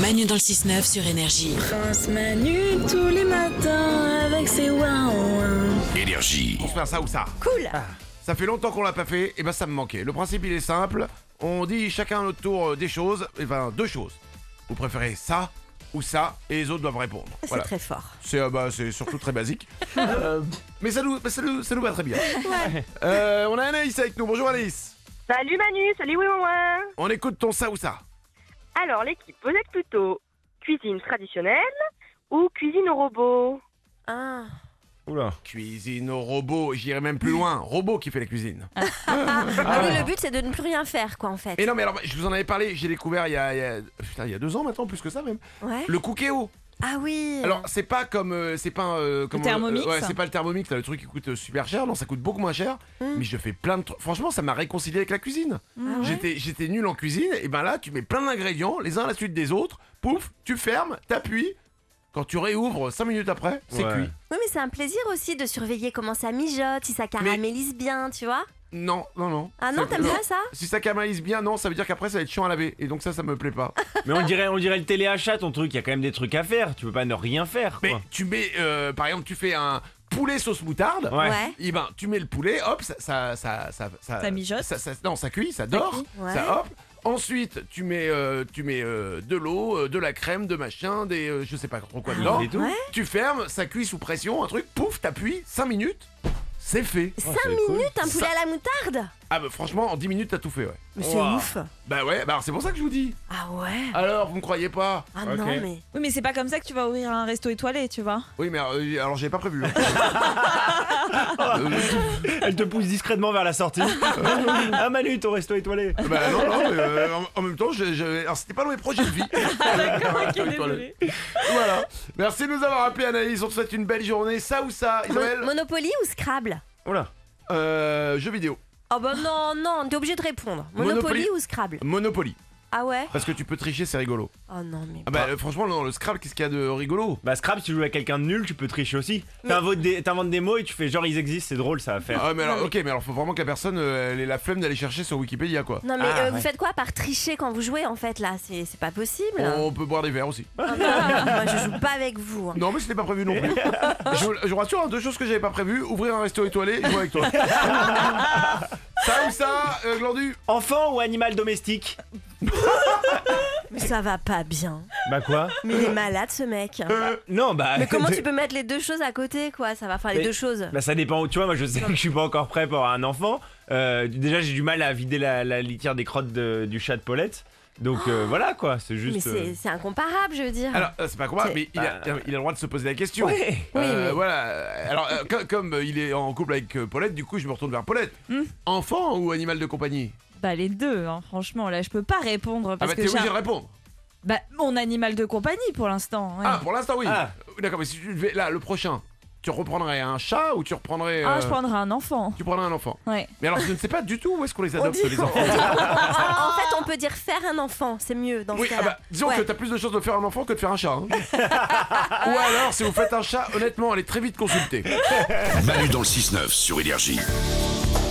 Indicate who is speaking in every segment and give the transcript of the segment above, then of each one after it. Speaker 1: Manu dans le 6-9 sur Énergie.
Speaker 2: Prince Manu tous les matins avec ses waouh.
Speaker 3: Énergie.
Speaker 4: On se fait un ça ou ça Ah.
Speaker 2: Cool.
Speaker 4: Ça fait longtemps qu'on l'a pas fait, et ben ça me manquait. Le principe il est simple, on dit chacun à notre tour euh, des choses, et ben deux choses. Vous préférez ça ou ça, et les autres doivent répondre.
Speaker 2: C'est
Speaker 4: Voilà.
Speaker 2: très fort.
Speaker 4: C'est euh, bah, c'est surtout très basique. Euh, mais ça nous, ça, nous, ça nous va très bien. Euh, on a Anaïs avec nous, bonjour Anaïs.
Speaker 5: Salut Manu, salut oui maman.
Speaker 4: On écoute ton ça ou ça
Speaker 5: Alors l'équipe, vous êtes plutôt cuisine traditionnelle ou cuisine au robot
Speaker 2: Ah.
Speaker 6: Oula.
Speaker 4: Cuisine au robot, j'irai même plus loin, robot qui fait la cuisine.
Speaker 2: Ah oui, le but c'est de ne plus rien faire quoi en fait.
Speaker 4: Mais non mais alors, je vous en avais parlé, j'ai découvert il y a, il y a- putain, il y a deux ans maintenant, plus que ça même,
Speaker 2: Ouais.
Speaker 4: le cookéo.
Speaker 2: Ah oui.
Speaker 4: Alors c'est pas comme euh, c'est pas euh, comme
Speaker 7: Thermomix
Speaker 4: ouais, c'est pas le Thermomix, là, le truc qui coûte euh, super cher. Non, ça coûte beaucoup moins cher. Mais je fais plein de trucs. Franchement, ça m'a réconcilié avec la cuisine.
Speaker 2: Ah Mm. ouais
Speaker 4: J'étais j'étais nul en cuisine et ben là, tu mets plein d'ingrédients les uns à la suite des autres. Pouf, tu fermes, t'appuies. Quand tu réouvres 5 minutes après, c'est
Speaker 6: Ouais.
Speaker 4: cuit.
Speaker 2: Oui, mais c'est un plaisir aussi de surveiller comment ça mijote, si ça caramélise bien, tu vois.
Speaker 4: Non, non non.
Speaker 2: Ah non,
Speaker 4: Ça-
Speaker 2: t'aimes pas ça
Speaker 4: Si ça caramélise bien, non, ça veut dire qu'après ça va être chiant à laver et donc ça ça me plaît pas.
Speaker 6: Mais on dirait, on dirait le téléachat, ton truc. Il y a quand même des trucs à faire. Tu peux pas ne rien faire.
Speaker 4: Mais
Speaker 6: Quoi.
Speaker 4: tu mets euh, par exemple, tu fais un poulet sauce moutarde.
Speaker 6: Ouais.
Speaker 4: Et ben, tu mets le poulet, hop, ça, ça, ça, ça,
Speaker 7: Ça mijote.
Speaker 4: ça- ça- non, ça cuit, ça dort,
Speaker 2: cuit, ouais.
Speaker 4: ça hop. Ensuite, tu mets, euh, tu mets euh, de l'eau, euh, de la crème, de machin, des, euh, je sais pas trop quoi dedans.
Speaker 6: Et tout.
Speaker 2: Ouais.
Speaker 4: Tu fermes, ça cuit sous pression, un truc, pouf, t'appuies, 5 minutes, c'est fait.
Speaker 2: 5
Speaker 6: c'est
Speaker 2: minutes,
Speaker 6: cool.
Speaker 2: un
Speaker 4: Ça-
Speaker 2: poulet à la moutarde
Speaker 4: Ah bah franchement, en 10 minutes, t'as tout fait, ouais.
Speaker 7: Mais c'est
Speaker 6: Ouah.
Speaker 7: ouf.
Speaker 4: Bah ouais, bah alors, c'est pour ça que je vous dis.
Speaker 2: Ah ouais
Speaker 4: Alors, vous me croyez pas
Speaker 2: Ah
Speaker 6: Ok.
Speaker 2: non, mais.
Speaker 7: Oui, mais c'est pas comme ça que tu vas ouvrir un resto étoilé, tu vois.
Speaker 4: Oui, mais euh, alors j'ai pas prévu. hein. Euh,
Speaker 6: Elle te pousse discrètement vers la sortie. ah Manu, ton resto étoilé.
Speaker 4: bah non, non, mais, euh, en, en même temps, je, je- alors, c'était pas dans mes projets de vie.
Speaker 7: Ok,
Speaker 4: Étoilé.
Speaker 7: désolé.
Speaker 4: Voilà. Merci de nous avoir appelé Anaïs. On te souhaite une belle journée. Ça ou ça, Isabelle
Speaker 2: Mon- Monopoly ou Scrabble
Speaker 6: Oula.
Speaker 4: Euh, jeux vidéo.
Speaker 2: Oh bah non, non, t'es obligé de répondre.
Speaker 4: Monopoly.
Speaker 2: Monopoly ou Scrabble
Speaker 4: Monopoly.
Speaker 2: Ah ouais
Speaker 4: Parce que tu peux tricher, c'est rigolo.
Speaker 2: Oh non, mais.
Speaker 4: Ah bah euh, franchement, non, le Scrabble, qu'est-ce qu'il y a de rigolo
Speaker 6: Bah Scrap, si tu joues avec quelqu'un de nul, tu peux tricher aussi. T'inventes des, t'inventes des mots et tu fais genre ils existent, c'est drôle ça à faire.
Speaker 4: Ah mais alors, ok, mais alors faut vraiment que la personne euh, elle ait la flemme d'aller chercher sur Wikipédia quoi.
Speaker 2: Non mais
Speaker 6: Ah,
Speaker 2: euh, vous
Speaker 6: ouais.
Speaker 2: faites quoi par tricher quand vous jouez en fait là C'est c'est pas possible. Ah bah,
Speaker 4: On peut boire des verres aussi.
Speaker 2: Moi je joue pas avec vous. hein.
Speaker 4: Non, mais c'était pas prévu non plus. je, vous- je vous rassure, hein, deux choses que j'avais pas prévues ouvrir un resto étoilé, jouer avec toi. ça ou ça, euh, Glandu
Speaker 6: Enfant ou animal domestique
Speaker 2: Mais ça va pas bien.
Speaker 6: Bah quoi
Speaker 2: Mais il est malade ce mec.
Speaker 6: Non bah.
Speaker 2: Mais comment tu peux mettre les deux choses à côté quoi Ça va faire les
Speaker 6: Mais-
Speaker 2: deux choses.
Speaker 6: Bah ça dépend où tu vois, moi je sais que je suis pas encore prêt pour un enfant. Euh, déjà j'ai du mal à vider la, la litière des crottes de- du chat de Paulette. Donc euh, voilà quoi, c'est
Speaker 2: Oh. Mais
Speaker 6: juste... euh,
Speaker 2: c'est c'est incomparable je veux dire.
Speaker 4: euh, Alors, euh, c'est pas quoi,
Speaker 2: C'est-
Speaker 4: mais il a, il a le droit de se poser la
Speaker 6: euh,
Speaker 4: question.
Speaker 6: ouais.
Speaker 4: Euh, Voilà. Alors, euh, co- comme euh, il est en couple avec euh, Paulette, du coup, je me retourne vers Paulette.
Speaker 7: Hmm.
Speaker 4: Enfant ou animal de compagnie
Speaker 7: Bah les deux, hein, franchement, là je peux pas répondre
Speaker 4: Ah,
Speaker 7: parce
Speaker 4: bah, t'es
Speaker 7: que j'ai
Speaker 4: obligé de
Speaker 7: un-
Speaker 4: répondre.
Speaker 7: bah, mon animal de compagnie pour l'instant. ouais.
Speaker 4: Ah, pour l'instant, oui.
Speaker 6: Ah.
Speaker 4: Euh, D'accord, mais si tu devais. Là, le prochain, tu reprendrais un chat ou tu reprendrais.
Speaker 7: Ah,
Speaker 4: euh,
Speaker 7: je prendrai un enfant.
Speaker 4: Tu prendrais un enfant.
Speaker 7: Ouais.
Speaker 4: Mais alors, je ne sais pas du tout où est-ce qu'on les
Speaker 2: On
Speaker 4: adopte,
Speaker 2: dit-
Speaker 4: les enfants.
Speaker 2: En fait on peut dire faire un enfant, c'est mieux dans
Speaker 4: Oui,
Speaker 2: ce
Speaker 4: ah
Speaker 2: cas-là.
Speaker 4: bah, disons
Speaker 2: Ouais.
Speaker 4: que t'as plus de chances de faire un enfant que de faire un chat. hein. ou alors, si vous faites un chat, honnêtement, elle est très vite consultée.
Speaker 3: Manu dans le 6-9 sur Énergie.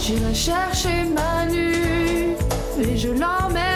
Speaker 8: J'irai chercher Manu et je l'emmène.